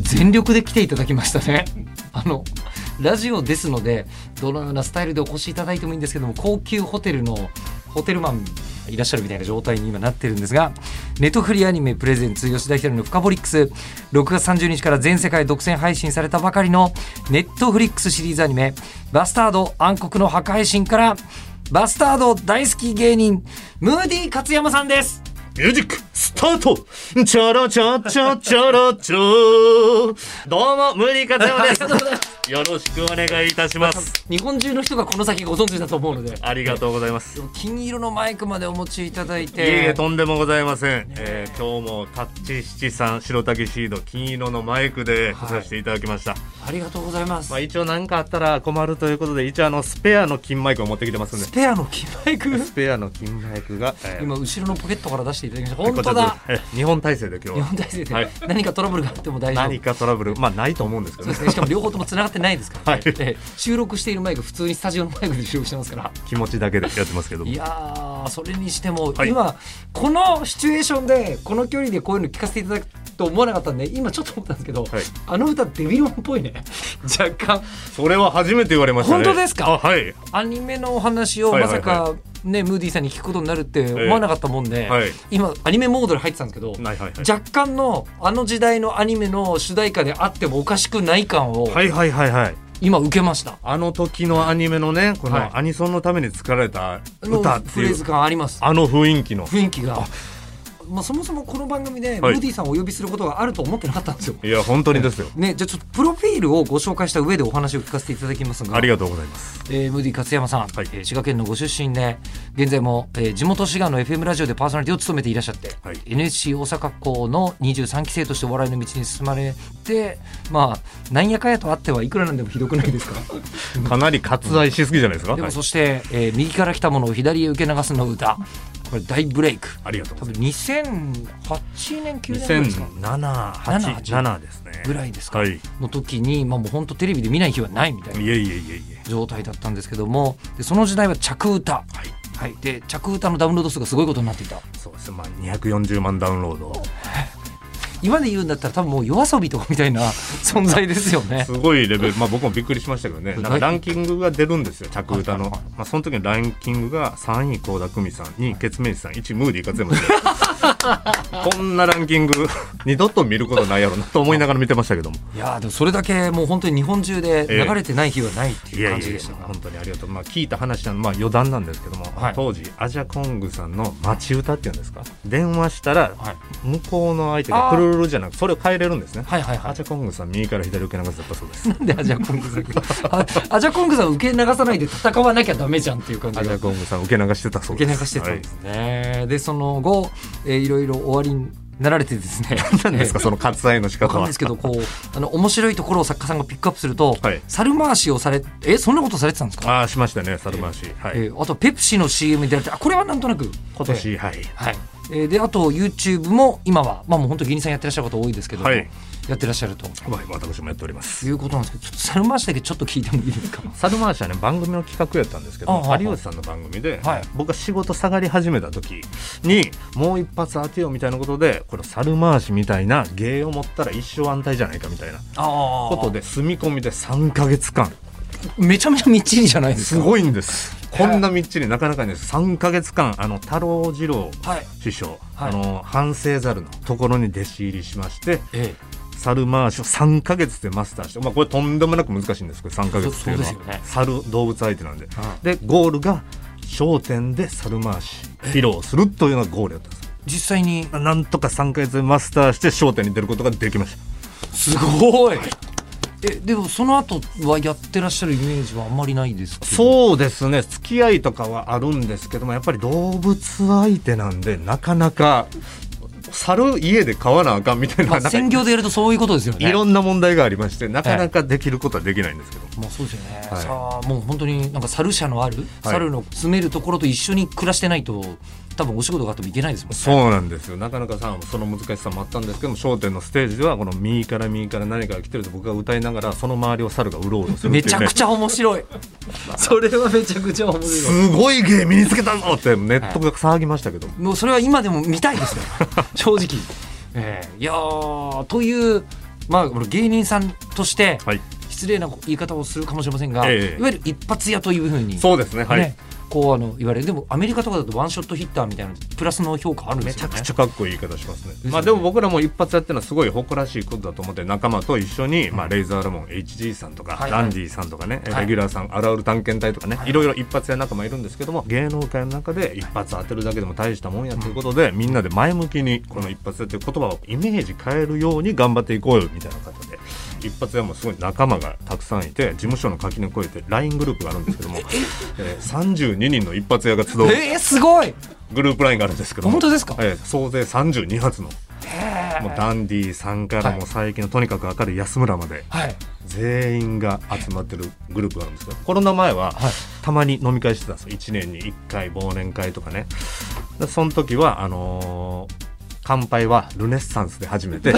全力で来ていただきましたね。 あのラジオですのでどのようなスタイルでお越しいただいてもいいんですけども高級ホテルのホテルマンいらっしゃるみたいな状態に今なってるんですがネットフリアニメプレゼンツ吉田ひとりの「フカボリックス」6月30日から全世界独占配信されたばかりのネットフリックスシリーズアニメ「バスタード暗黒の墓配信」からバスタード大好き芸人ムーディ勝山さんですミュージックスタートチャラチャチャチャラチャどうも、ムーディカズヤマ です。よろしくお願いいたします。 日本中の人がこの先ご存知だと思うのでありがとうございます。い金色のマイクまでお持ちいただいてえいえ、とんでもございません。えー今日もタッチ七三白滝シード金色のマイクで来させていただきました。ありがとうございます、まあ一応何かあったら困るということで、一応あのスペアの金マイクを持ってきてますんでス。ペアの金マイクスペアの金マイクが、えー今後ろのポケットから出していただきましたという本こと当でだえー日本体制で今日日は本大生で、はい何かトラブルがあっても大丈夫何かトラブル、まあないと思うんですけそうどです。ねねしかも両方とも繋がってないですから、ねはえいえ収録しているマイク普通にスタジオのマイクで収録してますから気持ちだけでやってますけどもい。やーそれにしても、はい今このシチュエーションでこの距離でこういうの聞かせていただくと思わなかったんで今ちょっと思ったんですけど、はいあの歌デビルマンっぽいね若干それは初めて言われましたね。本当ですかあはい。アニメのお話をはいまはいはさいか、ね、ムーディーさんに聞くことになるって思わなかったもんで、えはい今アニメモードで入ってたんですけど、はいはいはい。若干のあの時代のアニメの主題歌であってもおかしくない感をはいはいはいはい。今受けました、あの時のアニメのね、こはいのアニソンのために作られたの歌ってフいレう、ーズ感ありますあの雰囲気の。雰囲気がまあ、そもそもこの番組でムはいーディーさんをお呼びすることがあると思ってなかったんですよ、いや、本当にですよ。ね、じゃあちょっとプロフィールをご紹介した上でお話を聞かせていただきますがありがとうございます。えームーディ勝山さん、はいえー滋賀県のご出身で現在も、えー地元滋賀の FM ラジオでパーソナリティを務めていらっしゃって、はい NSC 大阪校の23期生としてお笑いの道に進まれてまあなんやかんやとあってはいくらなんでもひどくない ですかかなり割愛しすぎじゃないですか。ではもいそして、えー右から来たものを左へ受け流すの歌これ大ブレイクありがとう多ござい分2008年9年ぐらいですかます。2007、8、7ですね。ぐらいですかはい。いの時に、まあ、もう本当テレビで見ない日はないみたいなえいえいえいえ。状態だったんですけどもでその時代は着歌、はいで着歌のダウンロード数がすごいことになっていたそうですね。まあ、240万ダウンロード。今で言うんだったら多分もう夜遊びとかみたいな 存在ですよねす。ごいレベル、まあ、僕もびっくりしましたけどね、なんかランキングが出るんですよ、着歌の。まあ、その時のランキングが3位、倖田來未さん、2位、ケツメイシさん、1位、ムーディー勝 山さん。こんなランキング、二度と見ることないやろなと思いながら見てましたけども。いやーでもそれだけもう本当に日本中で流れてない日はないっていいうや感いやじいやでしたが本当にありがとう。まあ、聞いた話なんまあ、余談なんですけども、はい当時、アジャコングさんの待ち歌っていうんですか、電話したら、はい向こうの相手があーくるるるじゃなく、それを変えれるんですね。はいはいはアいジャコングさん、右から左受け流すだったそうです。なんでアジャコングさんあ アジャコングさん受け流さないで戦わなきゃダメじゃんっていう感じアジがャコングさん、受け流してたそう受けです。流してたんはいですね、でその後、えーいろいろ終わりになられてですね 何ですかその割愛の仕わか方んなはいですけどこうあの面白いところを作家さんがピックアップすると、はい猿回しをされえそんなことされてたんですかああしましたね猿回し、はい、えーあとペプシの CM に出られてあこれはなんとなく今えー年はいはいえーであと YouTube も今は、まあ、もう本当芸人さんやってらっしゃる方多いですけども、はいやってらっしゃるとはい私もやっておりますいうことなんですけどちょっと猿回しだけちょっと聞いてもいいですか猿回しはね番組の企画やったんですけあどあああ有吉さんの番組で、はい僕が仕事下がり始めた時にもう一発当てようみたいなことでこの猿回しみたいな芸を持ったら一生安泰じゃないかみたいなあことで住み込みで3か月間めちゃめちゃみっちりじゃないですすかごいんですこんなみっちりなかなかです3か月間あの太郎次郎はい師匠、はいあの反省猿のところに弟子入りしましてえ猿回しを3ヶ月でマスターして、まあ、これとんでもなく難しいんですけど3ヶ月っていそうそうのはうですよね猿動物相手なんで、でゴールが『笑点』で猿回し披露するというのがゴールやったんです実際になんとか3ヶ月でマスターして『笑点』に出ることができましすごいえでもその後はやってらっしゃるイメージはあんまりないですたけどそうですね付き合いとかはあるんですけどもやっぱり動物相手なんでなかなか猿家で買わなあかんみたいまあ、ななんか専業でやるとそういうことですよね。いろんな問題がありましてなかなかできることはできないんですけど、まあ、そうですよね、はいさあもう本当になんか猿舎のある、はい猿の住めるところと一緒に暮らしてないと多分お仕事があってもいけないですもんね。そうなんですよなかなかさその難しさもあったんですけども『笑点』のステージではこの右から右から何かが来てると僕が歌いながらその周りを猿がうろうろするめっていちうゃねくちゃ面 白い。それはめちゃくちゃ面白い。すごい芸身につけたぞってネットが騒ぎましたけど、もうそれは今でも見たい ですよ。正直。ええいやーというまあこれ芸人さんとしてはい失礼な言い方をするかもしれませんが、ええいわゆる一発屋というふうに。そうですねはいねこうあの言われるでもアメリカとかだとワンショットヒッターみたいなプラスの評価あるんでめすちよゃね。くちゃかっこいい言い方しますねねまあでも僕らも一発やってるのはすごい誇らしいことだと思って仲間と一緒に、まあ、レイザーラモン HG さんとか、はいランディさんとかね、はいレギュラーさんあらうる探検隊とかね、い、ろいろ一発や仲間いるんですけども芸能界の中で一発当てるだけでも大したもんやということで、みんなで前向きにこの一発やっていう言葉をイメージ変えるように頑張っていこうよみたいな方で一発屋もすごい仲間がたくさんいて事務所の垣根を越えて LINE グループがあるんですけども、えー32人の一発屋が集うえー、すごいグループラインがあるんですけども本当ですかええ総勢32発のもうダンディさんからもう最近のとにかく明るい安村まではい。全員が集まってるグループがあるんですけどコロナ前はたまに飲み会してたんですよ1年に1回忘年会とかねでその時はあのー乾杯はルネッサンスで始 めて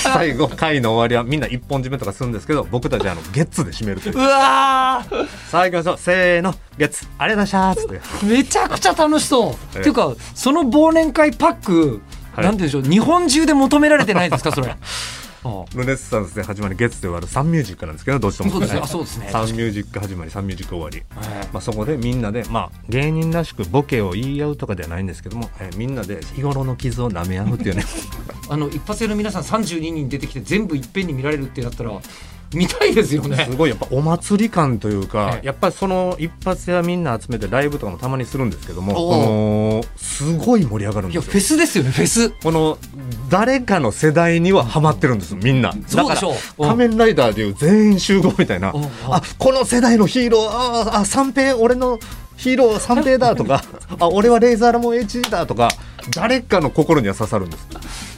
最後会の終わりはみんな一本締めとかするんですけど僕たちはあのゲッツで締めるといううわー最後のそうせーのゲッツありがとうございましたっつってめちゃくちゃ楽しそう。ええっていうかその忘年会パック、はいなんて言うんでしょう日本中で求められてないですかそ れ。ああルネッサンスで始まり月で終わるサンミュージックなんですけどどっちともそうですねあそうですねサンミュージック始まりサンミュージック終わり、ええまあ、そこでみんなで、まあ、芸人らしくボケを言い合うとかではないんですけども、えーみんなで日頃の傷を舐め合うっていうねあの一発屋の皆さん32人出てきて全部いっぺんに見られるってなったら見たいですよ ねす。ごいやっぱお祭り感というか、ええやっぱりその一発やみんな集めてライブとかもたまにするんですけどもおこのすごい盛り上がるんいでやすフよェスですよねフェス。この誰かの世代にはハマってるんですみんなそうでしょうだから仮面ライダーでいう全員集合みたいなうんうんあこの世代のヒーローああ三平俺のヒーロー三平だ とかあ俺はレイザーラモン HG だとか誰かの心には刺さるんです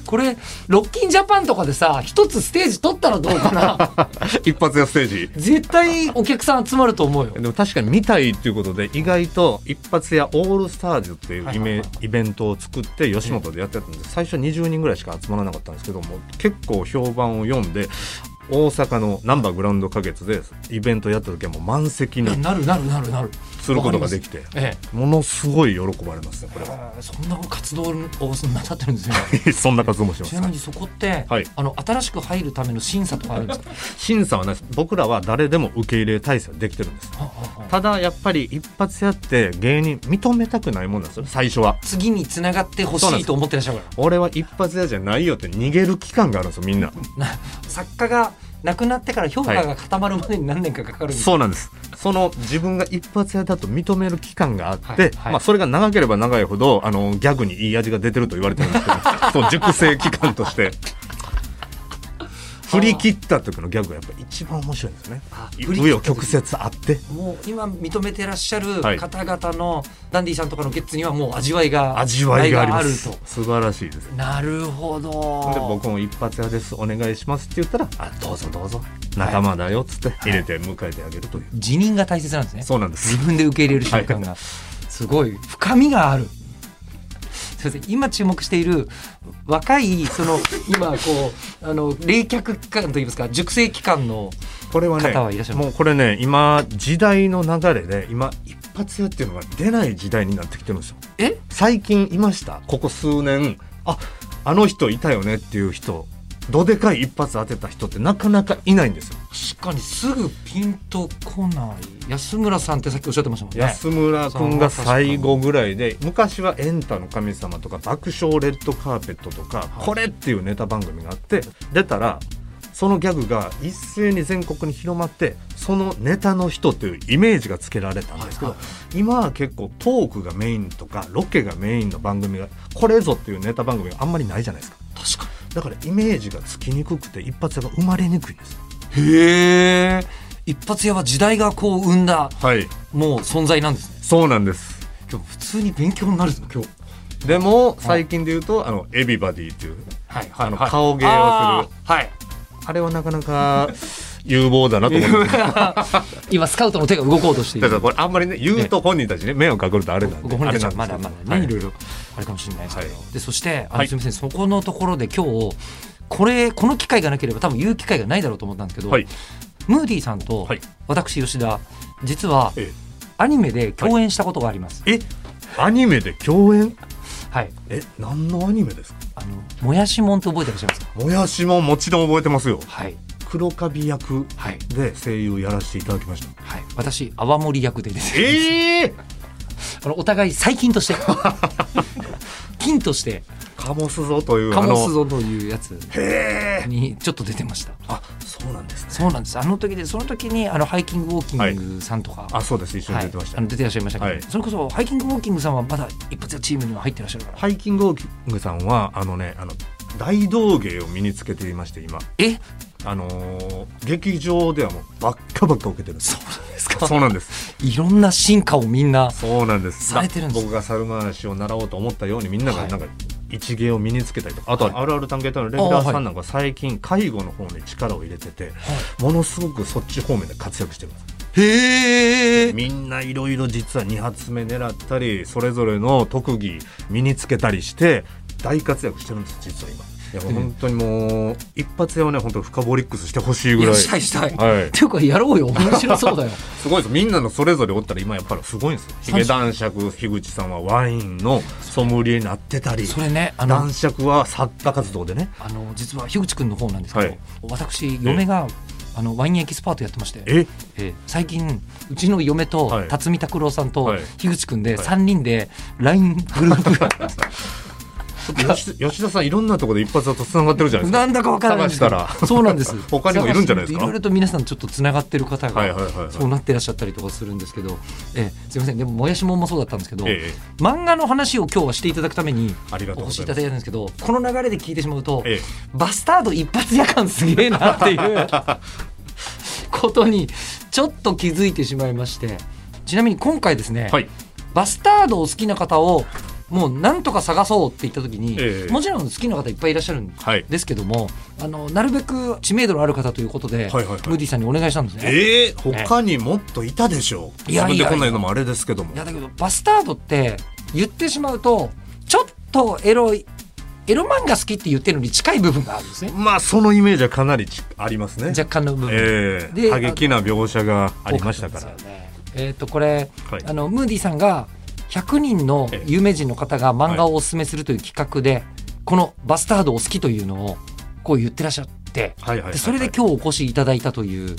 これロッキンジャパンとかでさ一つステージ取ったらどうかな 一発やステージ絶対お客さん集まると思うよ。でも確かに見たいっていうことで意外と一発やオールスターズっていうイメ、イベントを作って吉本でやってたんです最初20人ぐらいしか集まらなかったんですけども結構評判を読んで大阪のナンバーグランド花月でイベントやった時はもう満席になるなるなるなる。することができてわかりますええものすごい喜ばれますねこれは そんな活動をなさってるんですね。そんな活動もしてちますなみにそこって、はいあの新しく入るための審査とかあるんですか。審査はないです僕らは誰でも受け入れ体制はできてるんですただやっぱり一発やって芸人認めたくないもんなんですよ最初は次に繋がってほしそうなんいですと思ってらっしゃるか俺は一発屋じゃないよって逃げる期間があるんですよみんなら。な作家が亡くなってから評価はが固まるまでに何年かかかるみたいな。そうなんですその自分が一発屋だと認める期間があって、はいはいまあ、それが長ければ長いほどあのギャグにいい味が出てると言われてるんですけどそう熟成期間として振り切った時のギャグがやっぱ一番面白いんですよねあ振り切紆った余時曲折あってもう今認めてらっしゃるはい方々のダンディさんとかのゲッツにはもう味わいが味わいがあります味わいがある素晴らしいですと。なるほど。で僕も一発屋ですお願いしますって言ったらあどうぞどうぞ仲間だよっつって入れて迎えてあげるという、辞任が大切なんですね。そうなんです自分で受け入れる瞬間がすごい深みがある。すみません今注目している若いそ の今こうあの冷却期間といいますか熟成期間のこれはね方はいらっしゃいますもうこれね今時代の流れで今一発屋っていうのが出ない時代になってきてるんですよえ最近いましたここ数年ああの人いたよねっていう人どでかい一発当てた人ってなかなかいないんですよ、確かにすぐピンとこない安村さんってさっきおっしゃってましたもんね。安村君が最後ぐらいで昔は「エンタの神様」とか「爆笑レッドカーペット」とか「これ」っていうネタ番組があって出たらそのギャグが一斉に全国に広まってそのネタの人というイメージがつけられたんですけど、は今は結構トークがメインとかロケがメインの番組がこれぞっていうネタ番組があんまりないじゃないですか確かだからイメージがつきにくくて一発屋が生まれにくいんですに。へえ。一発屋は時代がこう生んだはいもう存在なんですね。そうなんです今日普通に勉強になるぞ今日。でも最近で言うとあのエビバディっていうはいはあいのはい顔芸をするあーはいあれはなかなか有望だなと思ってます今スカウトの手が動こうとしていだからるこれあんまりね言うと本人たちね迷惑かけるとあれなんでご本人たちあまれだなんでますだね、よはいいろいろあれかもしれないですけど、はでそしてあのはいすみませんそこのところで今日これこの機会がなければ多分言う機会がないだろうと思ったんですけど、はいムーディさんとはい私吉田実はえアニメで共演したことがあります。えアニメで共演はい、え何のアニメですかあのもやしもんって覚えてらっしゃいますか。もやしももちろん覚えてますよはい黒カビ役はいで声優やらせていただきましたはい。私泡盛役でですね。ええあのお互い細菌として 菌としてカモスゾというカモスゾゾというやつへえにちょっと出てました。あそうなんですねそうなんです。あの時でその時にあのハイキングウォーキングさんとか。あそうです一緒にはい出てました、あの出てらっしゃいましたけど、はいそれこそハイキングウォーキングさんはまだ一発屋チームには入ってらっしゃるから、ハイキングウォーキングさんはあのねあの大道芸を身につけていまして今えあのー劇場ではもうばっかばっか受けてるんでそすうなんですかそうなんですいろんな進化をみんなそうなんです されてるんですだ僕が猿回しを習おうと思ったようにみんながはいなんか一芸を身につけたりとかあとはあるある探検隊のレギュラーさんなんか最近介護の方に力を入れてて、ものすごくそっち方面で活躍してますへえみんないろいろ実は2発目狙ったりそれぞれの特技身につけたりして大活躍してるんです実は今いやもう本当にもう一発屋をね本当フカボリックスしてほしいぐらいしたいしたい、はっいていうかやろうよ面白そう だよすごいですみんなのそれぞれおったら今やっぱりすごいんですよヒゲ男爵樋口さんはワインのソムリエになってたりそれねあの男爵は作家活動でねあの実は樋口くんの方なんですけど、はい私嫁があのワインエキスパートやってましてええー最近うちの嫁と、はい辰巳拓郎さんと、はい樋口くんではい3人で LINE グループ、ちょっと吉吉田さんいろんなところで一発屋とつながってるじゃないですなかんだかわからないんですけど 探したらそうなんです他にもいるんじゃない探ですかしてみていろいろと皆さんちょっとつながってる方はいはいはいはがいそうなってらっしゃったりとかするんですけど、えーすいませんでももやしもんもそうだったんですけど、え漫画の話を今日はしていただくためにありがとおうご越しざいただいまいすたんですけどこの流れで聞いてしまうと、ええバスタード一発夜間すげえなっていう ことにちょっと気づいてしまいましてちなみに今回ですね、はいバスタードを好きな方をもうなんとか探そうって言った時に、ええもちろん好きな方いっぱいいらっしゃるんはいですけども、あのなるべく知名度のある方ということで、はいはいはいムーディさんにお願いしたんですね。ええ他にもっといたでしょういや自いやい分やでこんなん言うのもあれですけどもいやだけどバスタードって言ってしまうとちょっとエロいエロ漫画好きって言ってるのに近い部分があるんですねまあそのイメージはかなりちありますね 若干の部分、えでえ過激な描写がありましたから多ったんですよねえっ、とこれ、はいあのムーディさんが100人の有名人の方が漫画をおすすめするという企画で、この「バスタードを好き」というのをこう言ってらっしゃってはいはいはいはいでそれで今日お越しいただいたという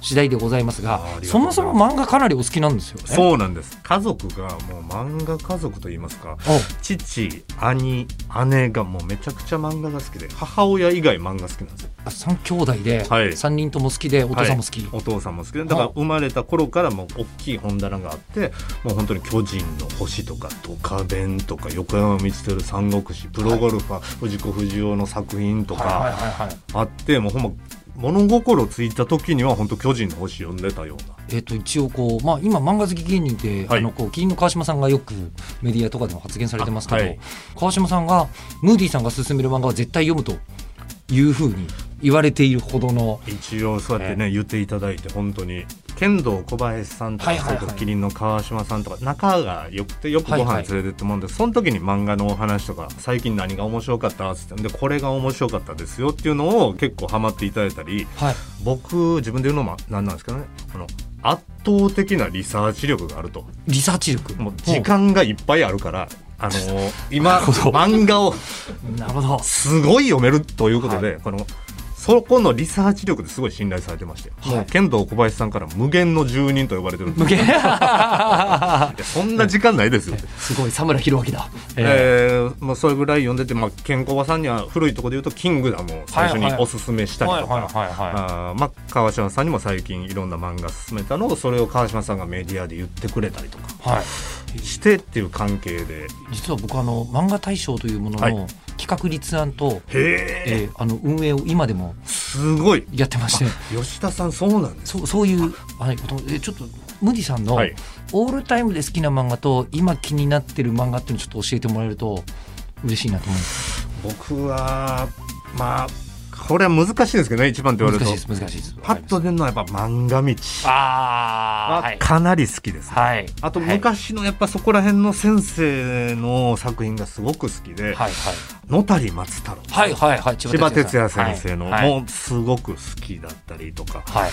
次第でございますがあーありがそとうございもますそも漫画かなりお好きなんですよね。そうなんです家族がもう漫画家族と言いますかお父兄姉がもうめちゃくちゃ漫画が好きで母親以外漫画好きなんですよ3兄弟ではい3人とも好きでお父さんも好き、はいお父さんも好きでだから生まれた頃からもう大きい本棚があってもう本当に「巨人の星」とか「ドカベン」とか横山光輝三国志プロゴルファー、藤子不二雄の作品とか、はいはいはいはいあってもうほんま物心ついた時には本当巨人の星読んでたようなえっと一応こう、まあ、今漫画好き芸人で、はいあのこう麒麟の川島さんがよくメディアとかでも発言されてますけど、あはい川島さんがムーディさんが勧める漫画は絶対読むというふうに言われているほどの一応そうやってね、言っていただいて本当に剣道小林さんとはかいそはいはれいこそ麒麟の川島さんとか仲が良くてよくごはいは飯い連れてってもらうんで、その時に漫画のお話とか最近何が面白かったっつってでこれが面白かったですよっていうのを結構ハマっていただいたりはい僕自分で言うのもなんなんですけどねこの圧倒的なリサーチ力があると。リサーチ力もう時間がいっぱいあるから、あの今るほど漫画をうんなるほどすごい読めるということで、このそこのリサーチ力ですごい信頼されてまして、はいもう剣道小林さんから無限の住人と呼ばれてるんで 無限いやそんな時間ないですよ、すごい佐村弘明だ、ええーまあ、それぐらい読んでて、まあ、剣小林さんには古いところで言うと「キングダム」を最初はいにはいおすすめしたーりはいとはいか。はいはあーまあ、川島さんにも最近いろんな漫画勧めたのをそれを川島さんがメディアで言ってくれたりとかい、はい、してっていう関係で実は僕あの漫画大賞というものはいの企画立案と、へええーあの運営を今でもすごいやってまして吉田さんそうなんですそうそういうあれえちょっとムディさんのはいオールタイムで好きな漫画と今気になってる漫画っていうのをちょっと教えてもらえると嬉しいなと思います。僕はまあこれは難しいですけどね一番って言わ難れるしいとです難しいです。パッと出るのはやっぱ漫画道ああーははいかなり好きですね、はい。あとはい昔のやっぱそこら辺の先生の作品がすごく好きで、はいはい野谷松太郎、はいはいはい千千葉哲也先生のはいはいもうすごく好きだったりとか、はい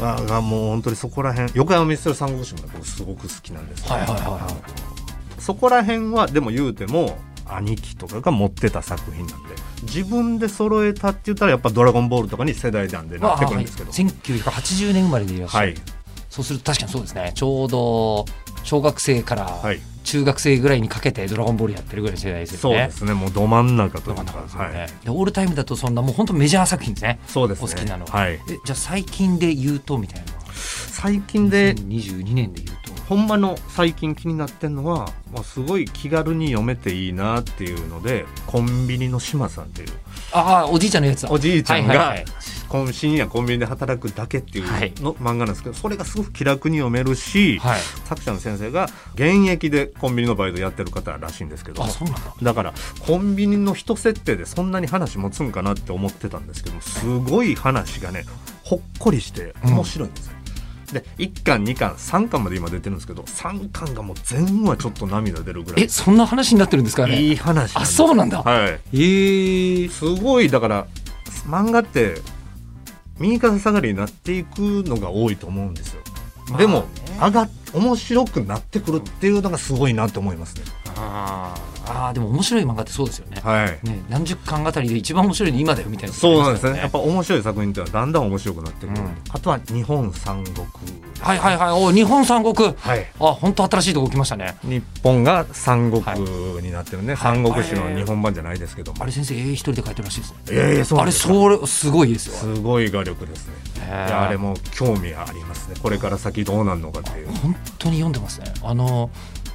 あがもう本当にそこら辺横山ミステル三国志も僕すごく好きなんですけど、はいはいはいはいそこら辺はでも言うても兄貴とかが持ってた作品なんで自分で揃えたって言ったらやっぱ「ドラゴンボール」とかに世代なんでなってくるんですけど、あはい1980年生まれでいらっしゃはる、い、そうすると確かにそうですねちょうど小学生からはい中学生ぐらいにかけて「ドラゴンボール」やってるぐらいの世代ですよそうねで。すねもうど真ん中というど真かん中ですよねはい、でオールタイムだとそんなもう本当メジャー作品ですねそうですねお好きなのはいえじゃあ最近で言うとみたいな最近で22年で言うとほんまの最近気になってんのは、まあ、すごい気軽に読めていいなっていうのでコンビニの島さんっていうああおじいちゃんのやつだおじいちゃんが、はいはいはいこん深夜コンビニで働くだけっていうはいの漫画なんですけど、それがすごく気楽に読めるし、はい作者の先生が現役でコンビニのバイトやってる方らしいんですけどあそうなんだだからコンビニの一設定でそんなに話持つんかなって思ってたんですけどすごい話がねほっこりして面白いんですよ。で1巻2巻3巻まで今出てるんですけど3巻がもう全部はちょっと涙出るぐらえいそんな話になってるんですかねいい話あそうなんだはいえー、すごいだから漫画って右肩下がりになっていくのが多いと思うんですよまあでも、ね上がっ面白くなってくるっていうのがすごいなと思いますねあーあーでも面白い漫画ってそうですよね,、はいね何十巻あたりで一番面白いの今だよみたいなそうなんですねやっぱぱ面白い作品っていうのはだんだん面白くなってくる、うんあとは日本三国はいはいはいお日本三国はいあ本当新しいとこ来ましたね日本が三国になってるね、三国志のはい日本版じゃないですけども、あれ先生英一人で書いてるらしいですねええそうなあんでれすかそれすごいですよすごい画力ですねへいえやあれも興味ありますねこれから先どうなるのかっていう本当に読んでますね。あの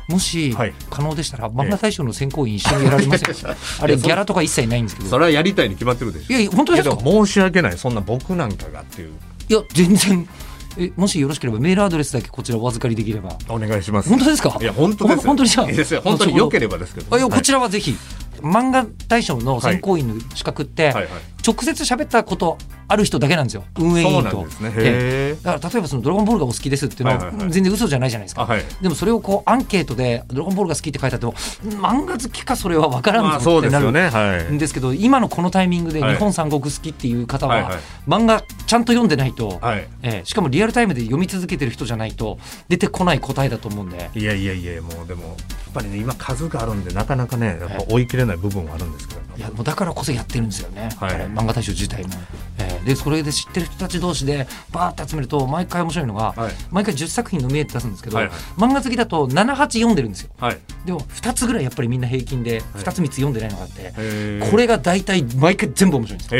もしはい可能でしたら漫画大賞の選考委員一緒にやられませ んか、あれギャラとか一切ないんですけそど。れはやりたいに決まってるでしいょやいや本当けですどか。申し訳ないそんな僕なんかがっていういや全然えもしよろしければメールアドレスだけこちらお預かりできれば。お願いします本当ですか。いや本当ですほん本当にじゃあいいですよ本当に良ければですけどあいやこちららはぜひ、漫画大賞の選考委員の資格って、はいはいはい直接喋ったことある人だけなんですよ運営委そう員なとんですねへでえだから例えばその「ドラゴンボールがお好きです」っていうのはいははいはい全然嘘じゃないじゃないですか、あはいでもそれをこうアンケートで「ドラゴンボールが好き」って書いてあっても漫画好きかそれは分からんまあぞそっうてでなするよねはんいですけど今のこのタイミングではい日本三国好きっていう方はいははい漫画ちゃんと読んでないと、はいえーしかもリアルタイムで読み続けてる人じゃないと出てこない答えだと思うんでいやいやいやもうでもやっぱりね今数があるんでなかなかねやっぱ追い切れない部分はあるんですけどいやもうだからこそやってるんですよね、はいあれ漫画大賞自体も。えーでそれで知ってる人たち同士でバーって集めると毎回面白いのが、はい毎回10作品の名出すんですけど、はいはい漫画好きだと78読んでるんですよはいでも2つぐらいやっぱりみんな平均で2つ3つ読んでないのがあって、へえこれが大体毎回全部面白いんですよへ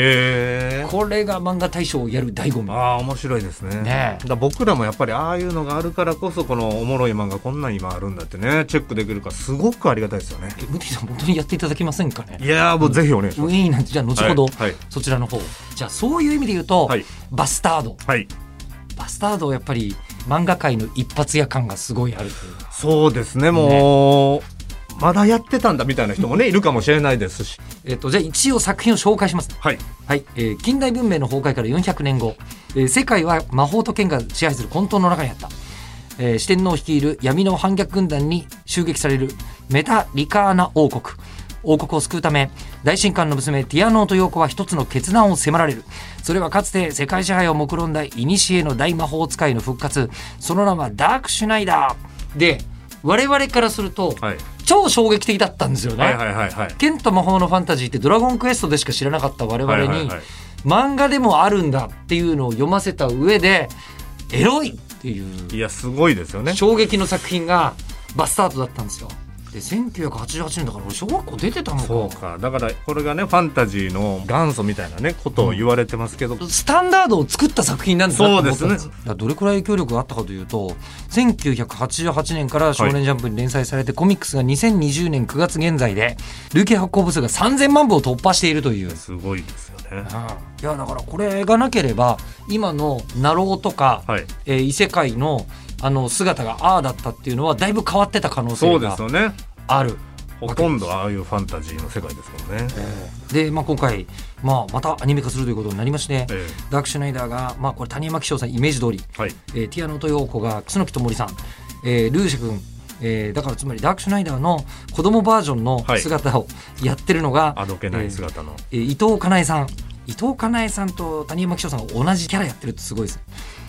えこれが漫画大賞をやる醍醐味ああ面白いですねねえだから僕らもやっぱりああいうのがあるからこそこのおもろい漫画こんなん今あるんだってねチェックできるからすごくありがたいですよねえムティさん本当にやっていただけませんかねいやーもうぜひお願いしウますィーンなんてじゃあ後ほど、はいはいそちらの方じゃあそういう意味で言うと、はいバスタードはいバスタードはやっぱり漫画界の一発屋感がすごいあるというかそうですねもうまだやってたんだみたいな人も ねいるかもしれないですしえっと、じゃあ一応作品を紹介します。はいはい、えー近代文明の崩壊から400年後、えー世界は魔法と剣が支配する混沌の中にあった、えー四天王率いる闇の反逆軍団に襲撃されるメタ・リカーナ王国王国を救うため大神官の娘ティアノーとヨーコは一つの決断を迫られるそれはかつて世界支配を目論んだ古の大魔法使いの復活その名はダーク・シュナイダーで我々からすると、はい超衝撃的だったんですよね、はいはいはいはい剣と魔法のファンタジーってドラゴンクエストでしか知らなかった我々に、はいはいはい漫画でもあるんだっていうのを読ませた上でエロいっていういやすごいですよね衝撃の作品がバスタートだったんですよ。で1988年だから俺小学校出てたのかそうかだからこれがねファンタジーの元祖みたいなねことを言われてますけど、スタンダードを作った作品なんだなと思ったんですそうですいやどれくらい影響力があったかというと1988年から「少年ジャンプ」に連載されて、コミックスが2020年9月現在で累計発行部数が3000万部を突破しているという。すごいですよねいやだからこれがなければ今のナローとか、はいえー異世界のあの姿がああだったっていうのはだいぶ変わってた可能そ性うでがすよねある。ほとんどああいうファンタジーの世界ですもんね、で、まあ、今回、まあ、またアニメ化するということになりまして、えダークシュナイダーが、まあ、これ谷山紀章さんイメージ通り、えはいえーティアノとヨーコが楠木智さん、えールーシェ君、えーだからつまりダークシュナイダーの子供バージョンのはい姿をやってるのが、あどけない姿の、えー伊藤かなえさん伊藤かなえさんと谷山紀章さんが同じキャラやってるってすごいです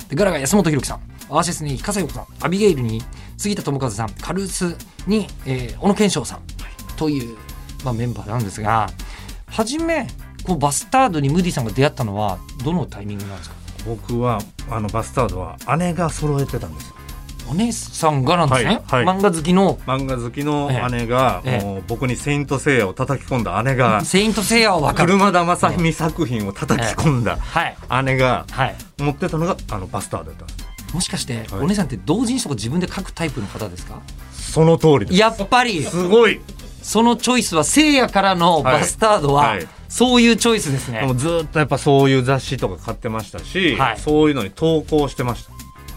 でガラが安本博樹さんアーシスに深瀬陽子さんアビゲイルに杉田智和さんカルースに、えー小野賢章さんという、まあ、メンバーなんですが初めこうバスタードにムーディさんが出会ったのはどのタイミングなんですか僕はあのバスタードは姉が揃えてたんですよお姉さんがなんですね、はいはい漫画好きの漫画好きの姉が、ええもう僕に「セイント・セイヤ」を叩き込んだ姉「がセイント・セイヤ」は分かる。車田正美作品を叩き込んだはい姉がはい、持ってたのがあのバスタードだったんでもしかして、お姉さんって同人誌とか自分で書くタイプの方ですかすその通りですやっぱりすごいそのチョイスは聖夜からのバスタードは、はいはいそういうチョイスですね、もうずっとやっぱそういう雑誌とか買ってましたし、はいそういうのに投稿してました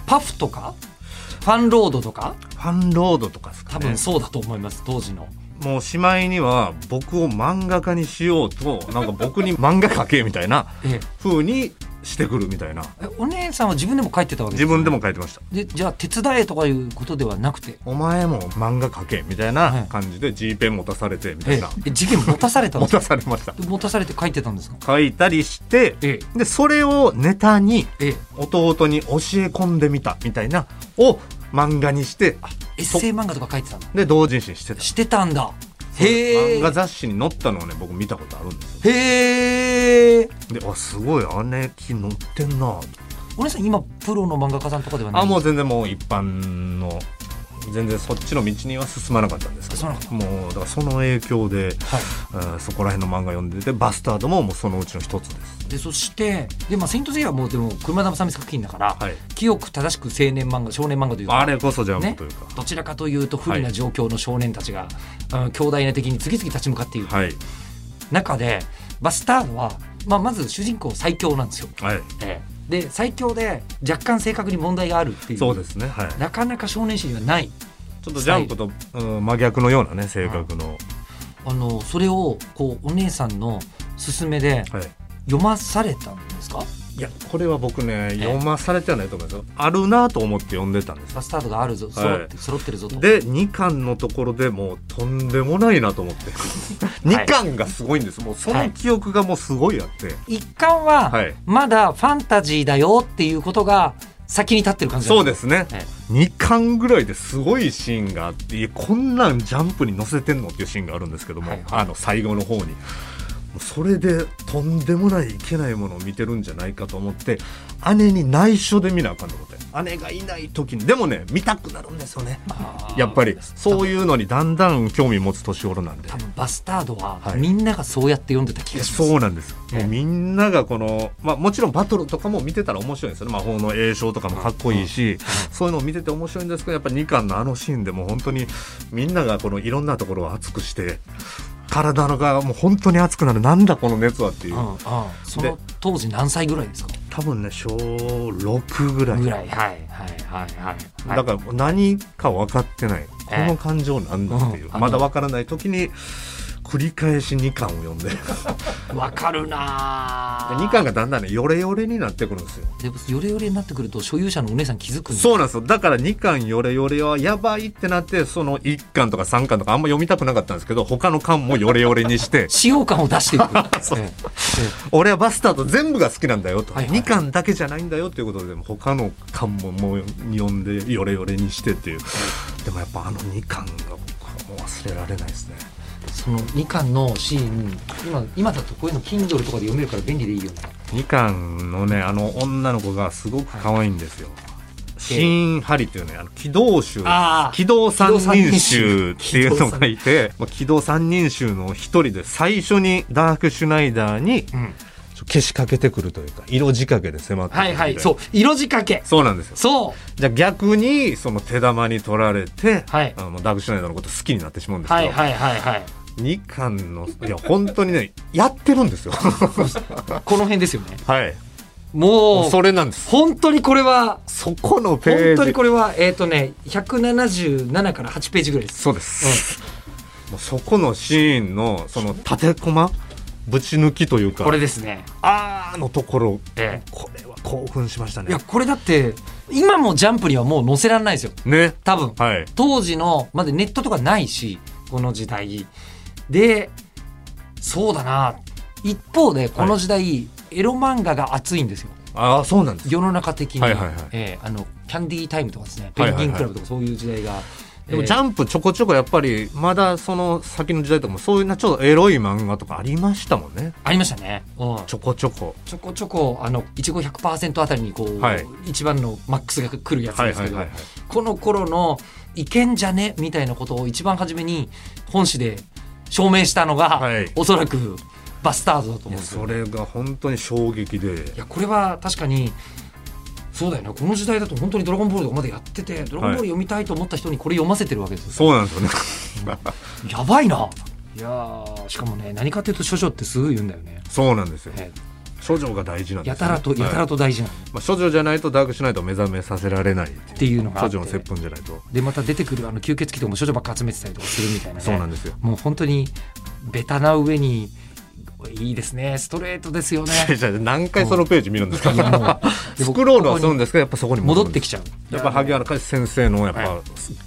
パフとかファンロードとかファンロードとかですか多ね分そうだと思います当時のもうしまいには僕を漫画家にしようとなんか僕に 漫画描けみたいなえ風にしてくるみたいなええお姉さんは自分でも書いてたわけで自す分でも描いてましたでじゃあ手伝えとかいうことではなくてお前も漫画描けみたいな感じで G ペン持たされてみたえいえな、え事件持たされたん持ですたかされましたで持たされて書いてたんですか書いたりしてえでそれをネタにえええ弟に教え込んでみたみたいなを漫画にしてエッセイ漫画とか書いてたので同人誌にしてたしてたんだへ漫画え雑誌に載ったのをね僕見たことあるんですよへえであすごい姉貴載ってんなとお姉さん今プロの漫画家さんとかではないあもう全然もう一般の全然そっちの道には進まなかったんですけ進どまなかっもうだからその影響で、はいえーそこら辺の漫画読んでてバスタードももうそのうちの一つですでそしてで、まあ、セイント・セイヤはもうでも車田正美作品だから、はい清く正しく青年漫画少年漫画というかあれこそジャンねプというか、どちらかというと不利な状況の少年たちが、うん強大な敵に次々立ち向かっているはい中で、バスタードは、まあ、まず主人公最強なんですよ。はいで最強で若干性格に問題があるっていうそうですねはいなかなか少年誌にはないちょっとジャンプと、うん真逆のようなね性格の、あのそれをこうお姉さんの勧めではい読まされたんですかいやこれは僕ね読まされてはないと思いますよあるなと思って読んでたんですよバスタードがあるぞ揃って,、揃ってるぞと。で2巻のところでもうとんでもないなと 思って2巻がすごいんですもうその記憶がもうすごいあって、一巻は、はいまだファンタジーだよっていうことが先に立ってる感じそうでですね、はい2巻ぐらいですごいシーンがあっていやこんなんジャンプに載せてんのっていうシーンがあるんですけども、はいはいあの最後の方にもうそれでとんでもないいけないものを見てるんじゃないかと思って姉に内緒で見なあかんのことや姉がいない時にでもね見たくなるんですよねやっぱりそういうのにだんだん興味持つ年頃なんで多分バスタードは、はいみんながそうやって読んでた気がしますそうなんです、ええもうみんながこの、まあ、もちろんバトルとかも見てたら面白いんですよね魔法の栄唱とかもかっこいいし、そういうのを見てて面白いんですけどやっぱ2巻のあのシーンでもう本当にみんながこのいろんなところを熱くして体のがもう本当に熱くなるなんだこの熱はっていう、うんうん、その当時何歳ぐらいですか多分ね小6ぐらいぐらいはいはいはいはいはいだからもう何か分かってない、えこの感情なんだっていう、うんまだ分からない時に繰り返し2巻を読んでで わかるなあ2巻がだんだんねヨレヨレになってくるんですよでもヨレヨレになってくると所有者のお姉さん気づくんだそうなんですよだから2巻よれよれはやばいってなってその1巻とか3巻とかあんま読みたくなかったんですけど他の巻もよれよれにして 使用感を出していく そうええ俺はバスターと全部が好きなんだよと、はいはい2巻だけじゃないんだよということで他の巻ももう読んでよれよれにしてっていうでもやっぱあの2巻が僕はもう忘れられないですねえその2巻のシーン今今だとこういうの Kindle とかで読めるから便利でいいよね2巻のねあの女の子がすごく可愛いんですよ、シーンハリっていうね、あの機動集あー機動三人衆っていうのがいて、まあ、機動三人衆の一人で最初にダークシュナイダーにん消しかけてくるというか、色仕掛けで迫ってくるはいはいそそうう色仕掛けそうなんですよ。そうじゃあ逆にその手玉に取られて、はいあのダークシュナイダーのこと好きになってしまうんですけど、はいはいはいはい。 2巻のいや本当にねやってるんですよ。 この辺ですよね。はい。もうそれなんです本当にこれはそこのペ本ージ当にこれはえっ、とね177から8ページぐらいですそうです、もうそこのシーンのその立て駒ぶち抜きというかこれですねあーのところえこれは興奮しましたえいねやこれだって今もジャンプにはもう載せられないですよね多分はい当時のまだネットとかないしこの時代でそうだな一方でこの時代、エロ漫画が熱いんですよああそうなんです世の中的に、はいはいはいえーあのキャンディータイムとかですねはペいンはいはいギンクラブとかそういう時代が、でもジャンンプちょこちょこやっぱりまだその先の時代とかもそういうなちょっとエロい漫画とかありましたもんねありましたね、うんちょこちょこちょこちょこあのいちご100%あたりにこう、はい一番のマックスが来るやつはいですはけいど、はいはいこの頃のいけんじゃねみたいなことを一番初めに本誌で証明したのが、はいおそらくバスターズだとい思うんやですよそ。れが本当に衝撃いでやこれは確かにそうだよねこの時代だと本当に「ドラゴンボール」とかまでやってて「ドラゴンボール」読みたいと思った人にこれ読ませてるわけですよ、そうなんですよね やばいないやーしかもね何かっていうと処女ってすぐ言うんだよねそうなんですよね処女が大事なんですよやたらとやたらとと、大事なのはいまあ、処女じゃないとダークしないと目覚めさせられないっていうのがあ処って女の接吻じゃないとでまた出てくるあの吸血鬼とかも処女ばっか集めてたりとかするみたいなねそうなんですよもう本当にベタな上にいいですねストレートですよね じゃあ何回そのページ見るんです かいやもうでスクロールはこすこにるんですけどやっぱそこに戻ってきゃちゃうやっぱ萩原海先生のやはっぱ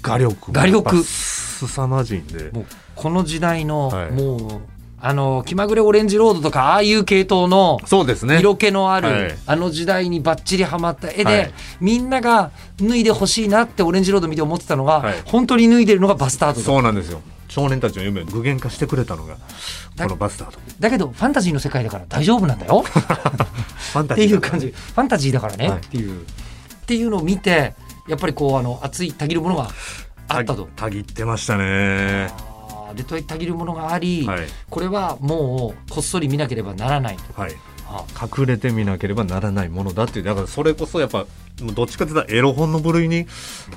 画力も画力やっぱすさまじいんでもうこの時代の、はいもうあの気まぐれオレンジロードとかああいう系統のそうですね色気のある、はいあの時代にばっちりはまった絵で、はいみんなが脱いでほしいなってオレンジロード見て思ってたのが、はい本当に脱いでるのがバスタードだそうなんですよ少年たちの夢を具現化してくれたのがだこのバスタードだけどファンタジーの世界だから大丈夫なんだよファンタっジてーいうだから感じファンタジーだからね、はいっていうっていうのを見てやっぱりこうあの熱いたぎるものがあったと。たぎってましたねあーでとたぎるものがあり、はいこれはもうこっそり見なければならないと。はいあ隠れてみなければならないものだっていうだからそれこそやっぱもうどっちかって言ったらエロ本の部類に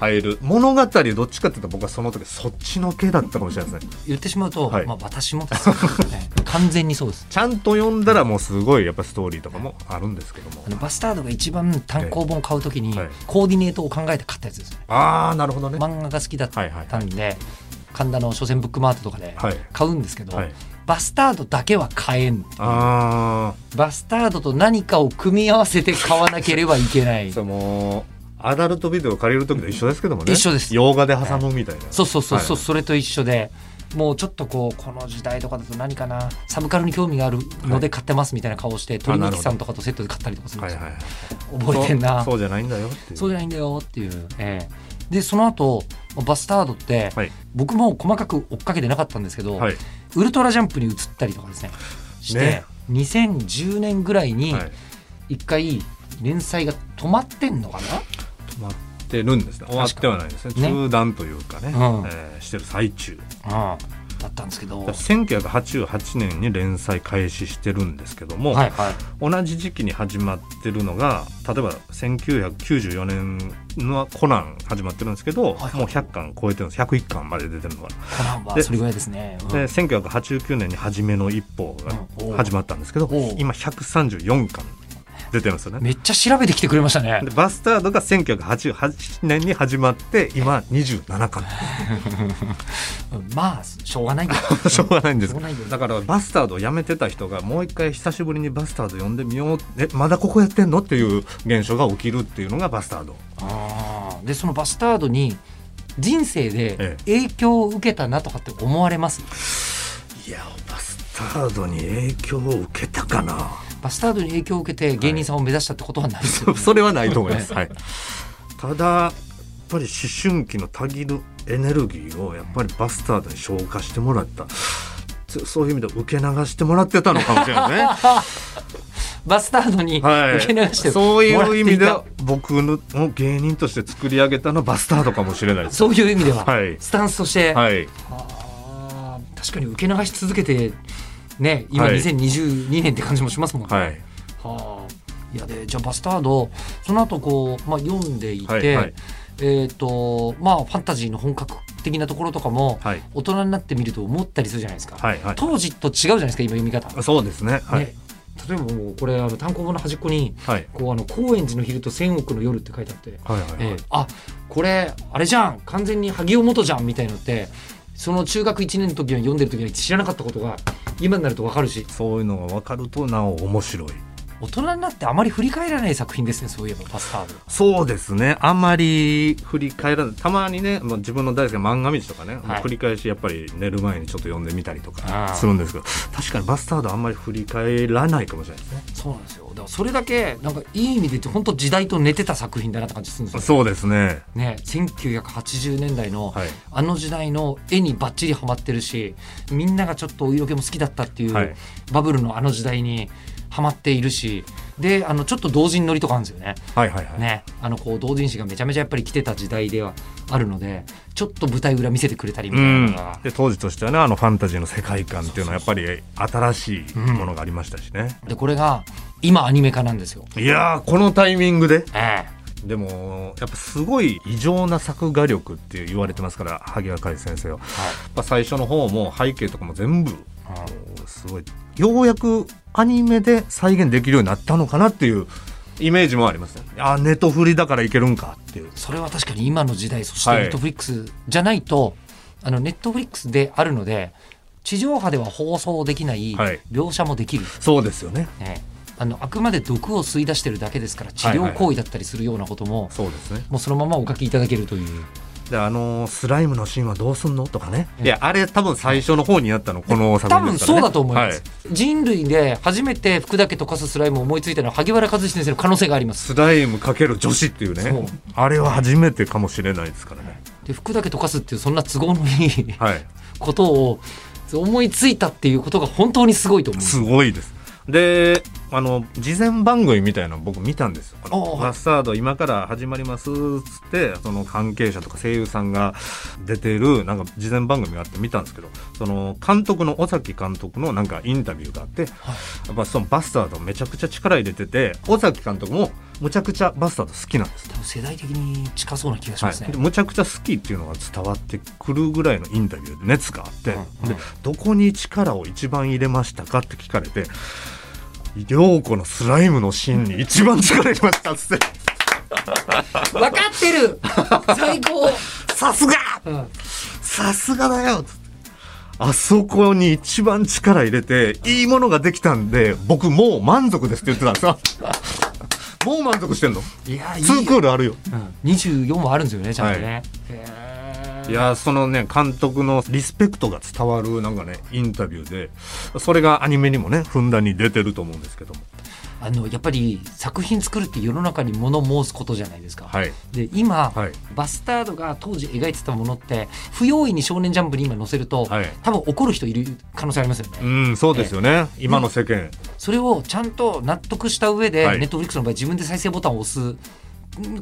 入る物語どっちかって言ったら僕はその時そっちの系だったかもしれないですね言ってしまうと、はいまあ私もですよ ね完全にそうです。ちゃんと読んだらもうすごいやっぱストーリーとかもあるんですけどもあのバスタードが一番単行本買うときにはいコーディネートを考えて買ったやつですね。ああなるほどね漫画が好きだっはいはいたんで、神田の書店ブックマートとかではい買うんですけど、はいバスタードだけは買えん。あバスタードと何かを組み合わせて買わなければいけなあい。そのアダルトビデオ借りる時と一緒ですけどもね一緒です洋画で挟むみたいな、そうそうそうそう、はいそれと一緒で。もうちょっとこうこの時代とかだと何かなサブカルに興味があるので買ってますみたいな顔してなる鳥ほど貫さんとかとセットで買ったりとかするんはでいすよはい覚えてんなそうそうじゃないんだよっていうそうじゃないんだよっていう、ええでその後バスタードって、はい僕も細かく追っかけてなかったんですけど、はいウルトラジャンプに移ったりとかですねして、ね2010年ぐらいにはい一回連載が止まってんのか止まってるんですね終わってはないですねね中断というかね、うんえーしてる最中な、うん、だったんですけどはい1988年に連載開始してるんですけども、はい同じ時期に始まってるのが例えば1994年のコナン始まってるんですけど、はいはいもう100巻超えてるんです101巻まで出てるのが、コナンはでそれぐらいですね、うんで1989年に「初めの一歩」うんおうが始まったんですけど、おう今134巻出てるんですよね。めっちゃ調べてきてくれましたねでバスタードが1988年に始まって今27巻うんまあしょうがないんだ しょうがないんですしょうがないよだからバスタードをやめてた人がもう一回久しぶりにバスタード読んでみようえまだここやってんのっていう現象が起きるっていうのがバスタードあーでそのバスタードに人生でえ影響を受けたなとかって思われます、いやバスタードに影響を受けたかなバスタードに影響を受けて芸人さんを目指したってことはないですよ、 それはないと思います、はい、ただやっぱり思春期のたぎるエネルギーをやっぱりバスタードに消化してもらったそそういう意味では受け流してもらってたのかもしれないですねバスタードにはい、受け流してそういう意味もでらっはてい僕のを芸人として作り上げたのはバスタードかもしれないでたす。そういう意味では、はいスタンスとして、はい、あー確かに受け流し続けてね今はい2022年って感じもしますもんね、はい、はあ、いやでじゃあバスタードその後こう、まあ、読んでいて、はいはいえっ、とまあファンタジーの本格的なところとかも、はい大人になってみると思ったりするじゃないですか、はい、は当時と違うじゃないですか今読み方、い。そうですね。はい、ね例えばもうこれあの単行本の端っこにはいこうあの高円寺の昼と千億の夜って書いてあって、はいはいはい、ええあこれあれじゃん完全に萩尾元じゃんみたいのってその中学1年の時に読んでる時に知らなかったことが今になるとわかるしそういうのが分かるとなお面白い大人になってあまり振り返らない作品ですねそういえばバスタードそうですねあんまり振り返らないたまにねもう自分の大好きな漫画道とかね、はい繰り返しやっぱり寝る前にちょっと読んでみたりとあーかするんですけど確かにバスタードあんまり振り返らないかもしれないですねそうなんですよだからそれだけなんかいい意味で言って本当時代と寝てた作品だなって感じするんですよそうですねね、1980年代の、はいあの時代の絵にばっちりはまってるしみんながちょっとお色気も好きだったっていう、はいバブルのあの時代にはまっているしであのちょっと同人乗りとかあるんですよね。はいはいはい、ね、あのこう同人誌がめちゃめちゃやっぱり来てた時代ではあるのでちょっと舞台裏見せてくれたりみうたいなのんが、で当時としてはねあのファンタジーの世界観っていうのはやっぱり新しいものがありましたしね、でこれが今アニメ化なんですよ。いやーこのタイミングでえでもやっぱすごい異常な作画力って言われてますから萩谷海先生は、やっぱ最初の方も背景とかも全部すごいようやくアニメで再現できるようになったのかなっていうイメージもありますねあネトフリだからいけるんかっていうそれは確かに今の時代そしてはいネットフリックスじゃないと、あのネットフリックスであるので地上波では放送できないはい描写もできる、そうですよねねあのあくまで毒を吸い出してるだけですから治療行為だったりするようなことも、そうですねもうそのままお書きいただけるというであのースライムのシーンはどうすんのとかねいやあれ多分最初の方にあったのこの作多品分ですかそら、ね、うだと思います、は人類で初めて服だけ溶かすスライムを思いついたのは萩原和志先生の可能性がありますスライムかける女子っていうねそうあれは初めてかもしれないですからねで服だけ溶かすっていうそんな都合のいいはいことを思いついたっていうことが本当にすごいと思うすごいです。で、あの事前番組みたいなの僕見たんですよ。ああのあマスタード今から始まりますっつってその関係者とか声優さんが出てるなんか事前番組があって見たんですけど、その監督の尾崎監督のなんかインタビューがあって、やっぱそのバスタードめちゃくちゃ力入れてて、尾崎監督もむちゃくちゃバスタード好きなんです。多分世代的に近そうな気がしはますね、い、むちゃくちゃ好きっていうのが伝わってくるぐらいのインタビューで熱があって、うんでどこに力を一番入れましたかって聞かれて涼子のスライムのシーンに一番力入れましたっつって分かって る最高、さすがうんさすがだよっつってあそこに一番力入れていいものができたんで僕もう満足ですって言ってたんですよ もう満足してんのいやいいツークールあるようん、24もあるんですよねちゃんとね、はいへーいやーそのね監督のリスペクトが伝わるなんかねインタビューでそれがアニメにもねふんだんに出てると思うんですけどもあのやっぱり作品作るって世の中に物申すことじゃないですか、はいで今、はいバスタードが当時描いてたものって不用意に「少年ジャンプ」に今載せると、はい多分怒る人いる可能性ありますよね、うんそうですよね、今の世間それをちゃんと納得した上で、はいネットフリックスの場合自分で再生ボタンを押す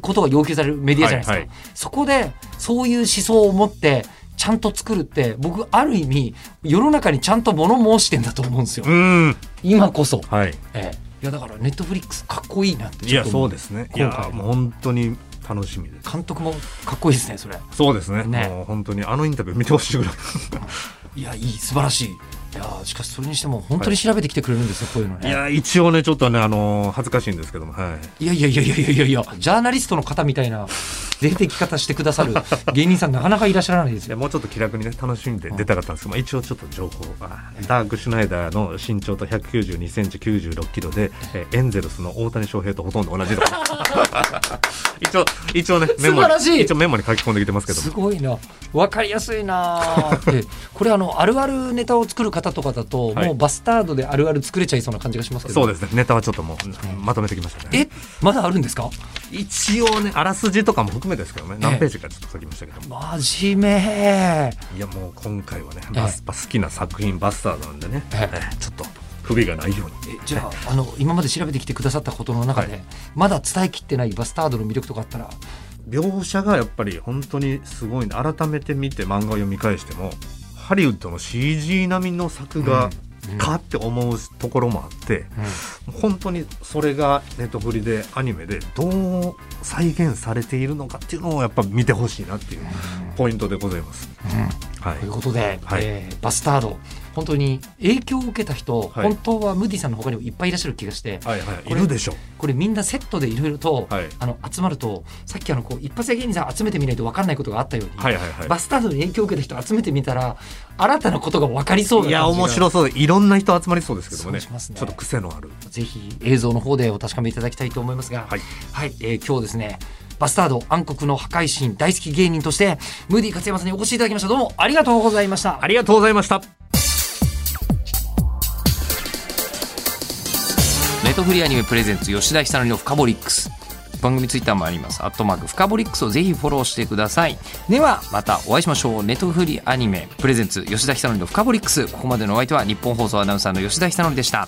ことが要求されるメディアじゃないですか、はいはいそこでそういう思想を持ってちゃんと作るって僕ある意味世の中にちゃんと物申してんだと思うんですよ、うん今こそ、はいええ、いやだからネットフリックスかっこいいなっていちょやっとそ思うですねい今や回ーもう本当に楽しみです監督もかっこいいですねそれそうですねねもう本当にあのインタビュー見てほしいぐらいいやいい素晴らしいいやーしかしそれにしても本当に調べてきてくれるんですよ、こういうの いねやー一応ねちょっとねあのー恥ずかしいんですけどもはいいやいやいやいやいやいやいやジャーナリストの方みたいな出てき方してくだ さる芸人さんなかなかいらっしゃらないですいやよもうちょっと気楽にね楽しんで出たかったんですけど、まあ、一応ちょっと情報あダーク・シュナイダーの身長と1 9 2センチ9 6キロで、えーエンゼルスの大谷翔平とほとんど同じと か一応一応ねメ素モに晴らしい一応メモに書き込んできてますけどすごいな分かりやすいなーってこれあのあるあるネタを作る方とかだと、はいもうバスタードであるある作れちゃいそうな感じがしますけどそうですねネタはちょっともうまとめてきましたえねまだあるんですか一応ねあらすじとかも含めですけどね何ページかちょっと書きましたけども、真面目いやもう今回はねええバスパ好きな作品バスターなんでね、ええええちょっと不備がないようにえじゃああの今まで調べてきてくださったことの中で、はいままだ伝えきってないバスタードの魅力とかあったら描写がやっぱり本当にすごいんで改めて見て漫画を読み返してもハリウッドの CG 並みの作画かって思うところもあって、本当にそれがネットフリでアニメでどう再現されているのかっていうのをやっぱ見てほしいなっていうポイントでございます。はいということで、はいえーバスタード本当に影響を受けた人、はい本当はムーディさんの他にもいっぱいいらっしゃる気がしてはいはいこいれるでしょこれみんなセットでいろいろと、はいあの集まるとさっきあのこう一発屋芸人さん集めてみないと分かんないことがあったように、はいはいはいバスタードに影響を受けた人集めてみたら新たなことが分かりそうないや面白そういろんな人集まりそうですけどもねそうしますねちょっと癖のあるぜひ映像の方でお確かめいただきたいと思いますが、ははいい、えー今日ですね、バスタード暗黒の破壊神大好き芸人として、ムーディ勝山さんにお越しいただきました。どうもありがとうございました。ありがとうございましたネットフリーアニメプレゼンツ吉田ひさのりのフカボリックス番組ツイッターもありますアットマークフカボリックスをぜひフォローしてくださいではまたお会いしましょうネットフリーアニメプレゼンツ吉田ひさのりのフカボリックスここまでのお相手は日本放送アナウンサーの吉田ひさのりでした